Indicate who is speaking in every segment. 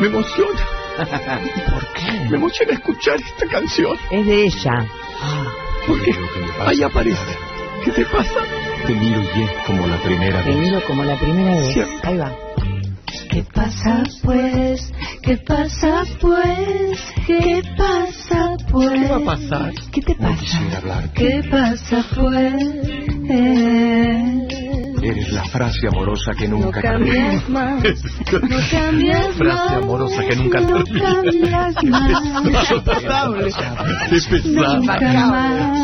Speaker 1: Me emociona.
Speaker 2: ¿Por
Speaker 1: Me
Speaker 2: qué?
Speaker 1: emociona escuchar esta canción.
Speaker 3: Es de ella. Ah,
Speaker 1: Porque ahí aparece. ¿Qué te pasa?
Speaker 2: Te miro y es como la primera
Speaker 3: Te
Speaker 2: vez.
Speaker 3: miro como la primera vez.
Speaker 1: Siempre.
Speaker 3: Ahí va.
Speaker 4: ¿Qué pasa pues? ¿Qué pasa pues? ¿Qué pasa pues?
Speaker 1: ¿Qué va a pasar?
Speaker 3: ¿Qué te
Speaker 2: No
Speaker 3: pasa?
Speaker 2: quisiera hablarte.
Speaker 4: ¿Qué pasa pues?
Speaker 2: Eres la frase amorosa que
Speaker 4: No
Speaker 2: nunca
Speaker 4: cambias más, no cambias más.
Speaker 1: Frase amorosa que nunca
Speaker 4: No
Speaker 1: termina.
Speaker 4: cambias más,
Speaker 1: Insoportable. Qué
Speaker 4: nunca más.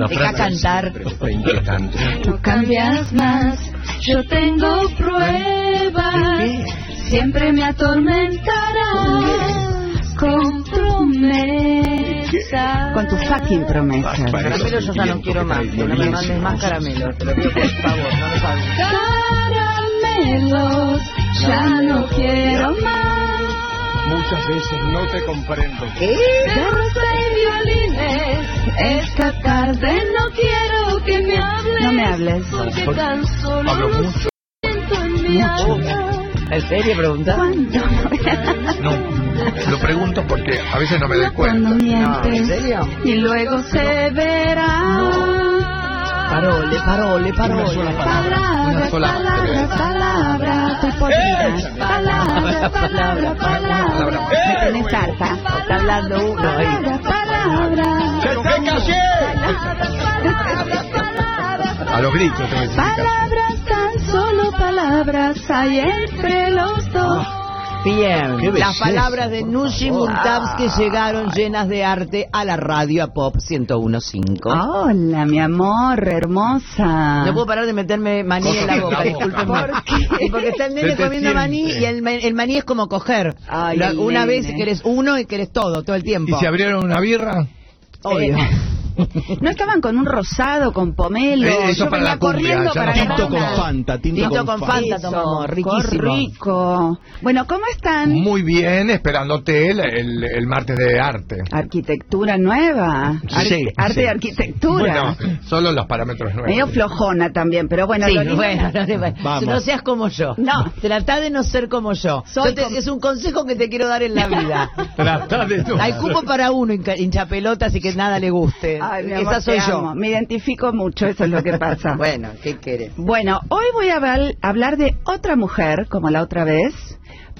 Speaker 1: La
Speaker 3: Deja
Speaker 1: frase
Speaker 3: cantar.
Speaker 2: Pero está inquietante.
Speaker 4: No cambias más, yo tengo pruebas. Siempre me atormentarás con promesas.
Speaker 3: Con tus fucking promesas.
Speaker 2: Caramelos yo ya no quiero más, que no me mandes más
Speaker 3: caramelos. Te lo pido por favor, no lo sabes.
Speaker 4: Caramelos, ya no quiero más.
Speaker 2: Muchas veces no te comprendo.
Speaker 3: ¿Qué?
Speaker 4: De rosa y violines, esta tarde no quiero que me hables.
Speaker 3: No me hables.
Speaker 4: Porque tan solo
Speaker 2: Hablo
Speaker 4: lo
Speaker 2: mucho.
Speaker 4: siento en mi alma.
Speaker 3: ¿En serio pregunta?
Speaker 4: Cuando
Speaker 1: No, lo pregunto porque a veces no me doy cuenta.
Speaker 4: cuando
Speaker 3: No, ¿en
Speaker 4: mientes
Speaker 3: serio?
Speaker 4: y luego se verá.
Speaker 3: Parole, parole, parole.
Speaker 4: Palabra,
Speaker 1: Una sola
Speaker 4: palabra, palabra,
Speaker 3: Estoy por mirar.
Speaker 4: palabra, palabra, palabra.
Speaker 3: Me tenés harta. Está hablando uno ahí.
Speaker 4: Palabra, palabra,
Speaker 1: A los gritos te
Speaker 4: palabras, tan solo palabras hay entre los dos.
Speaker 3: Ah, Bien,
Speaker 2: Qué
Speaker 3: las
Speaker 2: belleza,
Speaker 3: palabras de
Speaker 2: por
Speaker 3: Nushi
Speaker 2: favor.
Speaker 3: Muntabs que llegaron llenas de arte a la radio a Pop
Speaker 4: Ah.
Speaker 3: 101.5.
Speaker 4: Hola, mi amor, hermosa.
Speaker 3: No puedo parar de meterme maní en la boca,
Speaker 1: Cosas en la boca.
Speaker 3: discúlpenme. Y Porque está el nene
Speaker 1: Se te
Speaker 3: comiendo maní
Speaker 1: siente.
Speaker 3: y el, ma- el maní es como coger.
Speaker 4: Ay,
Speaker 3: La-
Speaker 4: el
Speaker 3: una
Speaker 4: nene.
Speaker 3: vez querés uno y querés todo, todo el
Speaker 1: ¿Y
Speaker 3: tiempo.
Speaker 1: si abrieron una birra?
Speaker 3: Obvio.
Speaker 4: ¿No estaban con un rosado, con pomelo?
Speaker 1: Eh, eso
Speaker 4: Yo
Speaker 1: para la
Speaker 4: venía corriendo
Speaker 1: cumbia, ya
Speaker 4: para
Speaker 1: no.
Speaker 4: agarrar
Speaker 5: Tinto con
Speaker 4: una.
Speaker 5: Fanta, tinto,
Speaker 3: Tinto con Fanta.
Speaker 4: Eso,
Speaker 3: tomamos, riquísimo.
Speaker 4: qué rico. Bueno, ¿cómo están?
Speaker 1: Muy bien, esperándote el, el, el martes de arte.
Speaker 4: Arquitectura nueva. Ar-
Speaker 1: Sí,
Speaker 4: arte
Speaker 1: sí.
Speaker 4: de arquitectura.
Speaker 1: Bueno, solo los parámetros nuevos.
Speaker 4: Medio flojona también, pero bueno.
Speaker 3: Sí,
Speaker 4: Lorena-
Speaker 3: bueno, no, le-
Speaker 5: Vamos.
Speaker 3: no seas como yo.
Speaker 4: No.
Speaker 3: Tratá de no ser como yo.
Speaker 4: Soy
Speaker 3: Yo te-
Speaker 4: como-
Speaker 3: Es un consejo que te quiero dar en la vida.
Speaker 1: Tratá de no.
Speaker 3: Hay cupo para uno, hinca- hinchapelotas y que nada le guste.
Speaker 4: Ay, mi amor,
Speaker 3: Esa soy
Speaker 4: te
Speaker 3: yo.
Speaker 4: amo. Me identifico mucho, eso es lo que pasa.
Speaker 3: Bueno, ¿qué querés?
Speaker 4: Bueno, hoy voy a habl- hablar de otra mujer, como la otra vez,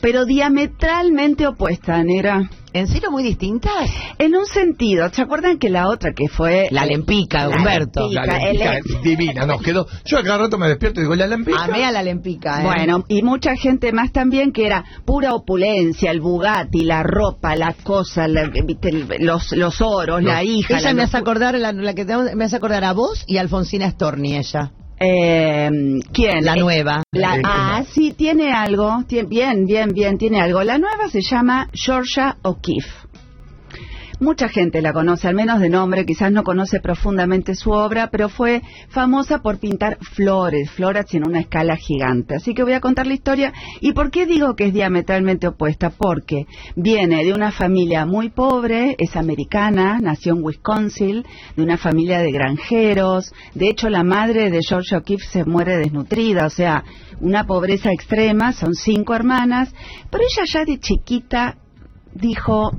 Speaker 4: pero diametralmente opuesta, Nera.
Speaker 3: ¿En serio muy distintas?
Speaker 4: En un sentido, ¿se acuerdan que la otra que fue...
Speaker 3: La Lempica,
Speaker 4: La
Speaker 3: Humberto.
Speaker 4: Lempica.
Speaker 1: La lentija
Speaker 4: el ex.
Speaker 1: es divina, nos quedó. Yo a cada rato me despierto y digo, la lentija.
Speaker 3: Amé a la Lempica, ¿eh?
Speaker 4: Bueno, y mucha gente más también que era pura opulencia, el Bugatti, la ropa, las cosas, la- viste, el- los, los oros, la hija.
Speaker 3: Ella
Speaker 4: la
Speaker 3: me hace acordar, la, la que te- me hace acordar a vos y a Alfonsina Storni, ella.
Speaker 4: Eh, ¿Quién?
Speaker 3: La
Speaker 4: Eh,
Speaker 3: nueva.
Speaker 4: La,
Speaker 1: Eh,
Speaker 4: ah, sí, tiene algo. tien- bien, bien, bien, tiene algo. La nueva se llama Georgia O'Keeffe. Mucha gente la conoce, al menos de nombre, quizás no conoce profundamente su obra, pero fue famosa por pintar flores, flores en una escala gigante. Así que voy a contar la historia. ¿Y por qué digo que es diametralmente opuesta? Porque viene de una familia muy pobre, es americana, nació en Wisconsin, de una familia de granjeros. De hecho, la madre de George O'Keeffe se muere desnutrida, o sea, una pobreza extrema, son cinco hermanas, pero ella ya de chiquita dijo,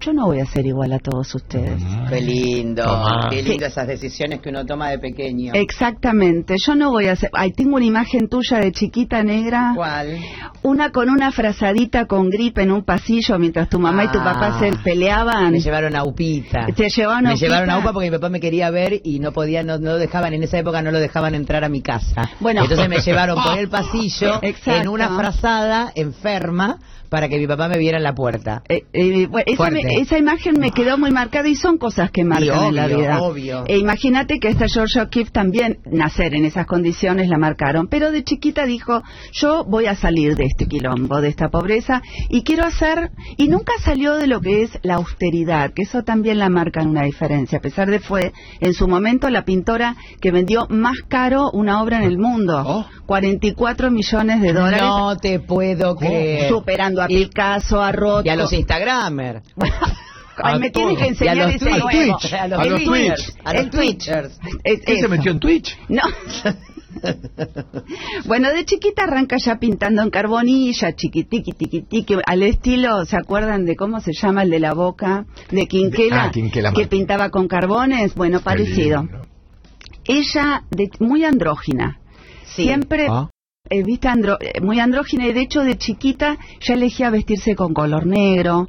Speaker 4: yo no voy a ser igual a todos ustedes.
Speaker 3: Qué lindo.
Speaker 1: Tomá.
Speaker 3: Qué lindo esas decisiones que uno toma de pequeño.
Speaker 4: Exactamente, yo no voy a ser... Ay, tengo una imagen tuya de chiquita negra.
Speaker 3: ¿Cuál?
Speaker 4: Una con una frazadita con gripe en un pasillo mientras tu mamá y tu
Speaker 3: Ah.
Speaker 4: papá se peleaban.
Speaker 3: Me llevaron a Upita.
Speaker 4: Te llevaron a
Speaker 3: Me llevaron a
Speaker 4: Upita.
Speaker 3: UPA porque mi papá me quería ver y no podía, no, no lo dejaban, en esa época no lo dejaban entrar a mi casa.
Speaker 4: Bueno.
Speaker 3: Entonces me llevaron por el pasillo
Speaker 4: Exacto.
Speaker 3: en una frazada enferma para que mi papá me viera en la puerta.
Speaker 4: Eh, eh, bueno, esa,
Speaker 3: Fuerte.
Speaker 4: me- esa imagen me quedó muy marcada y son cosas que marcan en la
Speaker 3: obvio,
Speaker 4: vida.
Speaker 3: obvio.
Speaker 4: E imagínate que esta Georgia O'Keeffe también nacer en esas condiciones la marcaron, pero de chiquita dijo, yo voy a salir de este quilombo, de esta pobreza y quiero hacer y nunca salió de lo que es la austeridad, que eso también la marca en una diferencia, a pesar de fue en su momento la pintora que vendió más caro una obra en el mundo, 44 millones de dólares.
Speaker 3: Oh.
Speaker 4: oh,
Speaker 3: No te puedo creer.
Speaker 4: Superando a
Speaker 3: Y-
Speaker 4: Picasso, a Rothko.
Speaker 3: Y a los Instagramers.
Speaker 4: Ay, me tienes que
Speaker 3: Y a
Speaker 4: enseñar
Speaker 3: los
Speaker 4: ese
Speaker 3: Twitch.
Speaker 4: nuevo.
Speaker 3: A los,
Speaker 1: A los
Speaker 3: Twitchers.
Speaker 1: Twitch.
Speaker 3: A los
Speaker 4: El Twitch.
Speaker 3: Twitchers.
Speaker 4: Es
Speaker 1: ¿Quién se
Speaker 4: eso.
Speaker 1: metió en Twitch?
Speaker 4: No. Bueno, de chiquita arranca ya pintando en carbonilla, chiquitiqui, tiquitiqui, al estilo, ¿se acuerdan de cómo se llama el de la boca? De Quinquela,
Speaker 1: Ah, Quinquela
Speaker 4: que
Speaker 1: Martín.
Speaker 4: pintaba con carbones, bueno, parecido.
Speaker 1: Qué lindo.
Speaker 4: Ella, de- muy andrógina,
Speaker 3: Sí.
Speaker 4: siempre
Speaker 2: Ah.
Speaker 4: eh, viste, andro- eh, muy andrógina y de hecho de chiquita ya elegía vestirse con color negro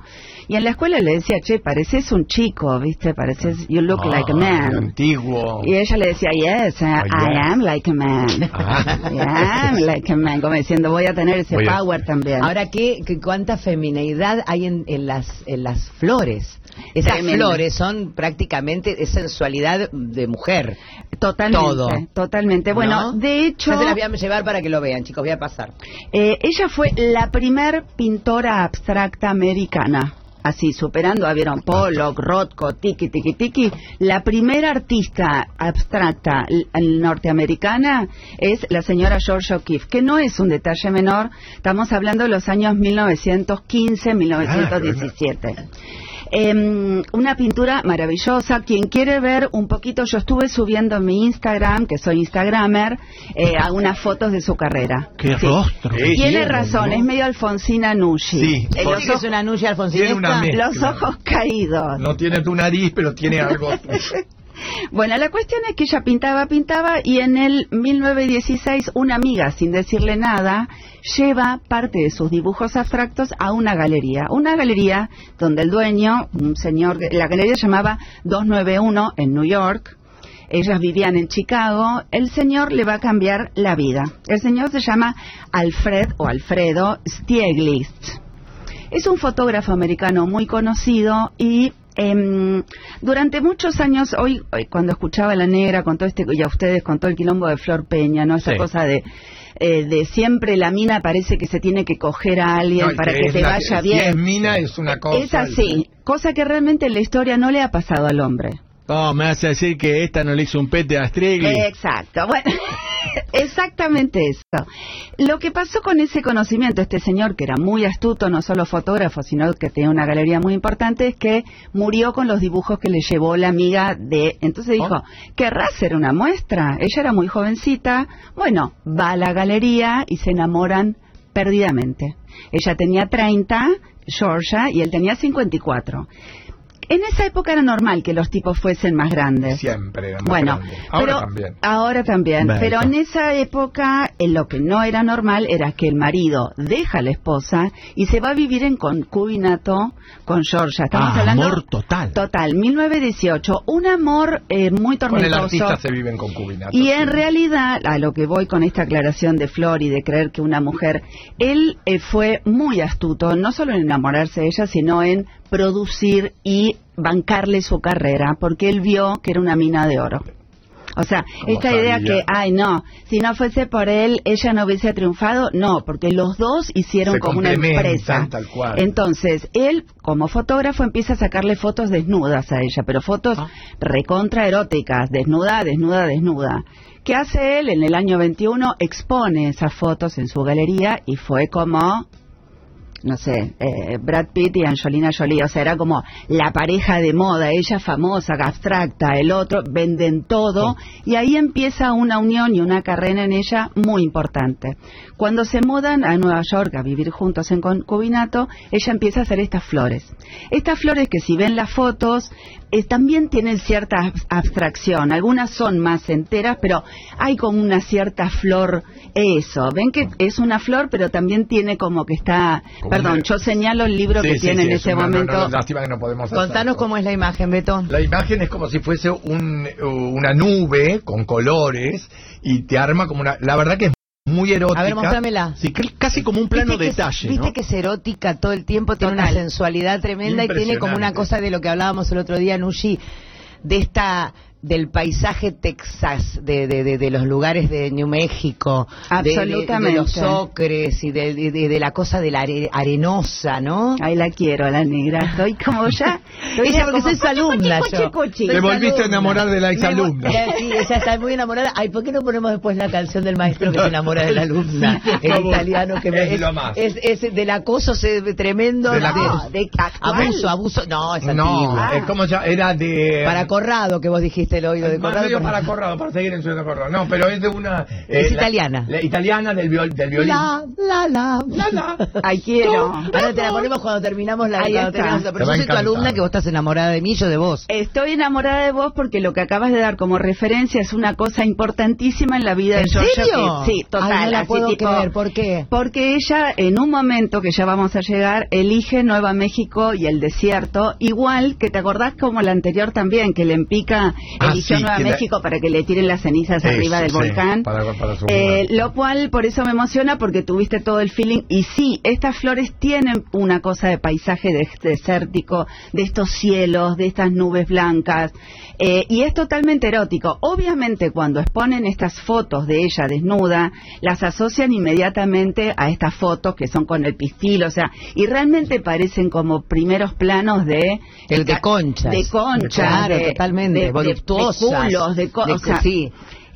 Speaker 4: y en la escuela le decía, che, pareces un chico, viste, pareces, you look like a
Speaker 1: Ah,
Speaker 4: man.
Speaker 1: Antiguo.
Speaker 4: Y ella le decía, yes, I, I
Speaker 1: yes.
Speaker 4: am like a man.
Speaker 1: Ah.
Speaker 4: I am like a man, como diciendo, voy a tener ese
Speaker 1: Voy a-
Speaker 4: power también.
Speaker 3: Ahora, ¿qué, qué- ¿cuánta femineidad hay en, en las, en las flores? Esas
Speaker 4: Tremendo.
Speaker 3: flores son prácticamente es sensualidad de mujer.
Speaker 4: totalmente,
Speaker 3: todo.
Speaker 4: totalmente. Bueno,
Speaker 3: ¿no?
Speaker 4: de hecho,
Speaker 3: Ya se las voy a llevar para que lo vean, chicos, voy a pasar.
Speaker 4: eh, ella fue la primer pintora abstracta americana. Así, superando a Vieron Pollock, Rothko, Tiki Tiki Tiki, la primera artista abstracta l- norteamericana es la señora Georgia O'Keeffe, que no es un detalle menor, estamos hablando de los años 1915-1917. Em, una pintura maravillosa. Quien quiere ver un poquito, yo estuve subiendo en mi Instagram, que soy Instagramer, eh, algunas fotos de su carrera.
Speaker 5: Qué
Speaker 4: Sí.
Speaker 5: rostro.
Speaker 4: Tiene razón, es medio Alfonsina Nucci.
Speaker 5: Sí,
Speaker 4: Eh,
Speaker 3: ¿Por
Speaker 4: los,
Speaker 3: qué es una anuncia
Speaker 1: Tiene una
Speaker 3: alfonsinesta?
Speaker 1: mezcla.
Speaker 4: los ojos
Speaker 3: Ah.
Speaker 4: caídos.
Speaker 1: No tiene tu nariz, pero tiene algo.
Speaker 4: Bueno, la cuestión es que ella pintaba, pintaba y en el 1916 una amiga, sin decirle nada, lleva parte de sus dibujos abstractos a una galería. Una galería donde el dueño, un señor, la galería se llamaba 291 en New York. Ellas vivían en Chicago. El señor le va a cambiar la vida. El señor se llama Alfred o Alfredo Stieglitz. Es un fotógrafo americano muy conocido y em, durante muchos años, hoy, hoy cuando escuchaba a La Negra con todo este, y a ustedes con todo el quilombo de Flor Peña, ¿no? Esa
Speaker 5: Sí.
Speaker 4: cosa de, eh, de siempre la mina parece que se tiene que coger a alguien
Speaker 1: No, y
Speaker 4: para que,
Speaker 1: es
Speaker 4: te
Speaker 1: la-
Speaker 4: vaya
Speaker 1: Si es
Speaker 4: bien.
Speaker 1: mina, es una cosa.
Speaker 4: Es
Speaker 5: ¿eh?
Speaker 4: así, cosa que realmente en la historia no le ha pasado al hombre.
Speaker 5: Oh, me hace decir que esta no le hizo un pete a Strigli.
Speaker 4: Exacto, bueno, exactamente eso. Lo que pasó con ese conocimiento, este señor que era muy astuto, no solo fotógrafo, sino que tenía una galería muy importante, es que murió con los dibujos que le llevó la amiga de... Entonces dijo, ¿querrás ser una muestra? Ella era muy jovencita, bueno, va a la galería y se enamoran perdidamente. Ella tenía 30, Georgia, y él tenía 54. En esa época era normal que los tipos fuesen más grandes.
Speaker 1: Siempre. era más
Speaker 4: Bueno,
Speaker 1: grande. ahora
Speaker 4: pero
Speaker 1: también.
Speaker 4: ahora también,
Speaker 5: Bueno.
Speaker 4: pero en esa época eh, lo que no era normal era que el marido deja a la esposa y se va a vivir en concubinato con Georgia. Estamos
Speaker 5: Ah,
Speaker 4: hablando
Speaker 5: amor total.
Speaker 4: total, 1918, un amor eh, muy
Speaker 1: Con el
Speaker 4: tormentoso.
Speaker 1: artista se vive en concubinato.
Speaker 4: Y
Speaker 1: sí.
Speaker 4: en realidad, a lo que voy con esta aclaración de Flor y de creer que una mujer, él eh, fue muy astuto, no solo en enamorarse de ella, sino en producir y bancarle su carrera, porque él vio que era una mina de oro. O sea,
Speaker 1: Como
Speaker 4: esta
Speaker 1: sabía.
Speaker 4: idea que, ay no, si no fuese por él, ella no hubiese triunfado, no, porque los dos hicieron
Speaker 1: Se
Speaker 4: como una
Speaker 1: complementan,
Speaker 4: empresa.
Speaker 1: tal cual.
Speaker 4: Entonces, él, como fotógrafo, empieza a sacarle fotos desnudas a ella, pero fotos
Speaker 1: Ah.
Speaker 4: recontra eróticas, desnuda, desnuda, desnuda. ¿Qué hace él? En el año 21 expone esas fotos en su galería y fue como no sé, eh, Brad Pitt y Angelina Jolie, o sea, era como la pareja de moda, ella famosa, abstracta, el otro, venden todo, y ahí empieza una unión y una carrera en ella muy importante. Cuando se mudan a Nueva York a vivir juntos en concubinato, ella empieza a hacer estas flores. Estas flores que si ven las fotos, eh, también tienen cierta abs- abstracción, algunas son más enteras, pero hay como una cierta flor, eso, ven que es una flor, pero también tiene como que está,
Speaker 1: Como
Speaker 4: perdón,
Speaker 1: una-
Speaker 4: yo señalo el libro
Speaker 1: Sí,
Speaker 4: que
Speaker 1: sí,
Speaker 4: tiene
Speaker 1: sí,
Speaker 4: en
Speaker 1: es
Speaker 4: ese
Speaker 1: una- no, no,
Speaker 4: momento.
Speaker 1: no, lástima que no podemos hacer
Speaker 3: Contanos
Speaker 1: todo.
Speaker 3: cómo es la imagen, Beto.
Speaker 1: La imagen es como si fuese un, uh, una nube con colores y te arma como una... La verdad que es muy erótica.
Speaker 3: A ver, mostrámela.
Speaker 5: Sí, cr- casi como un plano
Speaker 3: Viste que-
Speaker 5: detalle,
Speaker 3: Viste
Speaker 5: ¿no?
Speaker 3: que es erótica todo el tiempo, tiene
Speaker 4: Total.
Speaker 3: una sensualidad tremenda y tiene como una
Speaker 1: Impresionante.
Speaker 3: cosa de lo que hablábamos el otro día, Nushi, de esta del paisaje Texas, de, de, de- de los lugares de New México, de- de- de,
Speaker 4: Absolutamente.
Speaker 3: los ocres y de, de- de- de la cosa de la are- arenosa, ¿no?
Speaker 4: Ahí la quiero, a la negra. Estoy como ya. estoy
Speaker 3: Ella
Speaker 4: ya
Speaker 3: porque
Speaker 4: como-
Speaker 3: soy su alumna
Speaker 4: Cuchi,
Speaker 3: yo.
Speaker 4: cuchi, cuchi.
Speaker 1: Te volviste a enamorar de la
Speaker 3: Me vol-
Speaker 1: exalumna.
Speaker 3: Eh, Sí, ella está muy enamorada. Ay, ¿por qué no ponemos después la canción del maestro que se enamora de la alumna?
Speaker 1: Sí, por
Speaker 3: el
Speaker 1: favor.
Speaker 3: italiano que me-
Speaker 1: Es lo más.
Speaker 3: Es, es del acoso se, tremendo. Ah,
Speaker 1: Del
Speaker 3: de-
Speaker 1: acoso.
Speaker 3: de- abuso, abuso. No, es
Speaker 1: No,
Speaker 3: antigua.
Speaker 1: es como ya era de...
Speaker 3: Para Corrado, que vos dijiste hiciste el oído de
Speaker 1: Más
Speaker 3: Corrado.
Speaker 1: medio
Speaker 3: pero-
Speaker 1: para Corrado, para seguir en su de Corrado. No, pero es de una... eh,
Speaker 3: Es
Speaker 1: la-
Speaker 3: italiana.
Speaker 1: La, italiana del, viol- del violín.
Speaker 3: La, la, la.
Speaker 1: La, la.
Speaker 4: Ay, quiero.
Speaker 3: Ahora te la ponemos cuando terminamos la
Speaker 4: Ahí
Speaker 3: cuando
Speaker 4: está.
Speaker 3: terminamos la- Pero
Speaker 1: Te va
Speaker 3: yo
Speaker 1: a
Speaker 3: soy tu
Speaker 1: encantar.
Speaker 3: alumna que vos estás enamorada de mí, yo de vos.
Speaker 4: Estoy enamorada de vos porque lo que acabas de dar como referencia es una cosa importantísima en la vida
Speaker 3: ¿En
Speaker 4: de Georgia
Speaker 3: serio?
Speaker 4: Pitt. Sí, total.
Speaker 3: Ay, no la
Speaker 4: así
Speaker 3: puedo
Speaker 4: tipo-
Speaker 3: creer, ¿por qué?
Speaker 4: Porque ella, en un momento que ya vamos a llegar, elige Nueva México y el desierto, igual que te acordás como la anterior también, que Lempica
Speaker 1: Ah,
Speaker 4: eligió
Speaker 1: sí,
Speaker 4: Nueva
Speaker 1: que la-
Speaker 4: México para que le tiren las cenizas
Speaker 1: Eso,
Speaker 4: arriba del
Speaker 1: sí,
Speaker 4: volcán.
Speaker 1: para- para su-
Speaker 4: Eh, lo cual, por eso me emociona, porque tuviste todo el feeling. Y sí, estas flores tienen una cosa de paisaje des- desértico, de estos cielos, de estas nubes blancas. Eh, y es totalmente erótico. Obviamente, cuando exponen estas fotos de ella desnuda, las asocian inmediatamente a estas fotos que son con el pistilo, o sea, y realmente parecen como primeros planos de.
Speaker 3: El de conchas.
Speaker 4: De conchas.
Speaker 3: Claro,
Speaker 4: de-
Speaker 3: totalmente,
Speaker 4: de- de-
Speaker 3: voluptuosas.
Speaker 4: De culos, de co-
Speaker 3: De-
Speaker 4: o sea,
Speaker 3: sí.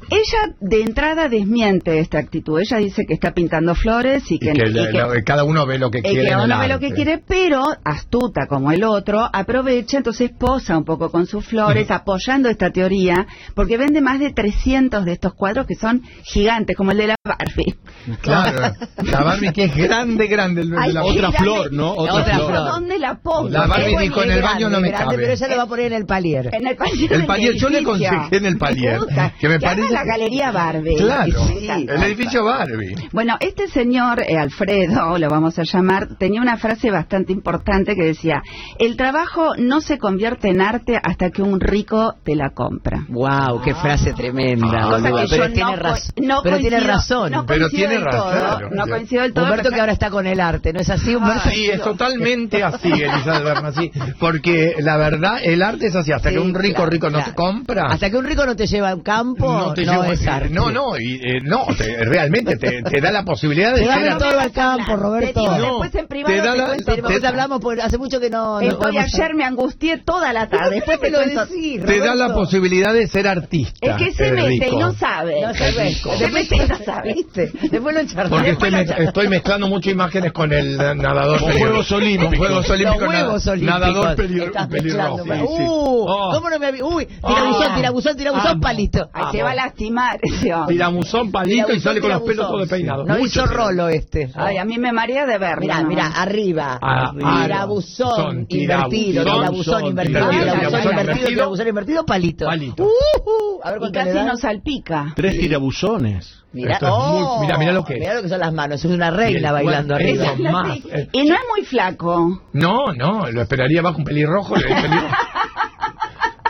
Speaker 4: ella de entrada desmiente esta actitud. Ella dice que está pintando flores y
Speaker 1: Y
Speaker 4: que,
Speaker 1: que,
Speaker 4: y
Speaker 1: la-
Speaker 4: que-
Speaker 1: la- cada uno ve lo que
Speaker 4: y
Speaker 1: quiere.
Speaker 4: que
Speaker 1: en el
Speaker 4: uno ve lo
Speaker 1: arte.
Speaker 4: que quiere, pero astuta como el otro, aprovecha, entonces posa un poco con sus flores, apoyando esta teoría, porque vende más de 300 de estos cuadros que son gigantes, como el de la Barbie.
Speaker 1: Claro. La Barbie que es grande, grande. el-
Speaker 4: Ay,
Speaker 1: la
Speaker 4: qué
Speaker 1: otra
Speaker 4: grande.
Speaker 1: flor, ¿no? Otra
Speaker 3: Otra
Speaker 1: flor.
Speaker 3: flor.
Speaker 4: ¿Dónde la pongo?
Speaker 1: La Barbie
Speaker 4: Qué buena
Speaker 1: dijo, en el
Speaker 4: idea.
Speaker 1: baño no me
Speaker 3: grande,
Speaker 1: cabe.
Speaker 3: Pero ella lo va a poner en el palier.
Speaker 4: En el palier.
Speaker 1: El
Speaker 4: del
Speaker 1: palier, yo le
Speaker 4: edificio.
Speaker 1: aconsejé en el palier,
Speaker 4: Me gusta.
Speaker 1: que me
Speaker 4: haga
Speaker 1: parece
Speaker 4: la
Speaker 1: que-
Speaker 4: galería Barbie.
Speaker 1: Claro.
Speaker 4: Sí, sí.
Speaker 1: El edificio Barbie.
Speaker 4: Bueno, este señor, eh, Alfredo, lo vamos a llamar, tenía una frase bastante importante que decía, el trabajo no se convierte en arte hasta que un rico te la compra.
Speaker 3: Wow, qué frase tremenda,
Speaker 4: Cosa
Speaker 3: boluda.
Speaker 4: que
Speaker 3: Ah, Pero
Speaker 4: yo
Speaker 3: tiene
Speaker 4: no co-
Speaker 3: razón.
Speaker 4: no
Speaker 3: pero tiene
Speaker 4: coincido-
Speaker 3: razón.
Speaker 4: no
Speaker 1: Pero
Speaker 4: coincido
Speaker 1: tiene
Speaker 4: del todo,
Speaker 1: razón,
Speaker 4: no
Speaker 1: sí.
Speaker 4: coincido del todo.
Speaker 3: Humberto
Speaker 4: pero-
Speaker 3: que ahora está con el arte, ¿no es así, Humberto?
Speaker 1: Sí, es totalmente así, Elizabeth Bernassi. Porque la verdad, el arte es así. Hasta que
Speaker 3: Sí,
Speaker 1: un rico,
Speaker 3: claro,
Speaker 1: rico no
Speaker 3: claro.
Speaker 1: se compra.
Speaker 3: Hasta que un rico no te lleva a un campo, no,
Speaker 1: no te llevo-
Speaker 3: es arte.
Speaker 1: No, no, y, eh, no te- realmente te, te da la posibilidad de
Speaker 3: Te va a
Speaker 1: ser
Speaker 3: ver
Speaker 1: arte.
Speaker 3: todo al campo,
Speaker 4: Te
Speaker 3: Roberto.
Speaker 4: digo,
Speaker 1: No,
Speaker 4: después en privado
Speaker 1: te da
Speaker 4: te
Speaker 1: la-
Speaker 4: cuento
Speaker 1: te-
Speaker 4: todo.
Speaker 3: Después hablamos, porque hace mucho que no... no
Speaker 4: Eh, hoy
Speaker 3: vamos a-
Speaker 4: ayer me angustié toda la
Speaker 3: ¿Por
Speaker 4: tarde.
Speaker 3: qué
Speaker 4: Después
Speaker 3: no me
Speaker 4: te
Speaker 3: lo
Speaker 4: cuento.
Speaker 3: decís,
Speaker 1: Te da la
Speaker 3: Roberto?
Speaker 1: posibilidad de ser artista.
Speaker 4: Es que se
Speaker 1: el
Speaker 4: mete
Speaker 1: rico.
Speaker 4: y no sabe.
Speaker 3: No se ve.
Speaker 1: rico.
Speaker 4: Se mete y no sabe.
Speaker 3: ¿Viste? Después lo charlamos.
Speaker 1: Porque estoy, mez- estoy mezclando muchas imágenes con el eh, nadador
Speaker 5: Con
Speaker 1: peligroso.
Speaker 5: Juegos Olímpicos.
Speaker 1: Con Juegos Olímpicos.
Speaker 3: Los huevos
Speaker 1: nada-
Speaker 3: olímpicos.
Speaker 1: Nadador peligroso.
Speaker 3: Estás mezclando.
Speaker 1: Sí, sí.
Speaker 3: Uh,
Speaker 1: Oh.
Speaker 3: ¿Cómo no me avi- Uy, tirabuzón,
Speaker 1: Ah.
Speaker 3: tirabuzón, tirabuzón,
Speaker 1: Ah.
Speaker 3: palito.
Speaker 4: Ay, se va a lastimar ese hombre.
Speaker 1: Tirabuzón, palito y
Speaker 3: Tirabuzón,
Speaker 1: sale con los pelos
Speaker 3: tirabuzón.
Speaker 1: todos despeinados.
Speaker 3: No
Speaker 1: Mucho
Speaker 3: hizo
Speaker 1: tirabuzón.
Speaker 3: rolo este.
Speaker 4: Ay, a mí me marea de verlo.
Speaker 3: Mirá,
Speaker 4: ¿no?
Speaker 3: mirá, arriba.
Speaker 1: Ah,
Speaker 3: Tirabuzón,
Speaker 1: son,
Speaker 3: invertido,
Speaker 1: tirabuzón,
Speaker 3: tirabuzón,
Speaker 1: son,
Speaker 3: invertido,
Speaker 4: invertido,
Speaker 3: tirabuzón,
Speaker 4: tirabuzón,
Speaker 3: invertido,
Speaker 1: invertido,
Speaker 3: tirabuzón, invertido, palito.
Speaker 1: Palito.
Speaker 3: Uh, uh, a ver
Speaker 4: Y
Speaker 3: cuánto le
Speaker 4: casi
Speaker 3: da.
Speaker 4: nos salpica.
Speaker 5: Tres tirabuzones.
Speaker 3: Mirá,
Speaker 1: Esto es
Speaker 3: oh,
Speaker 1: muy- mirá, mirá lo que es.
Speaker 3: Mirá lo que son las manos. Es una reina
Speaker 1: Bien,
Speaker 3: bailando
Speaker 1: bueno,
Speaker 3: arriba.
Speaker 1: eso más. Eh,
Speaker 4: Y no es muy flaco.
Speaker 1: No, no, lo esperaría bajo un pelirrojo. el pelirrojo.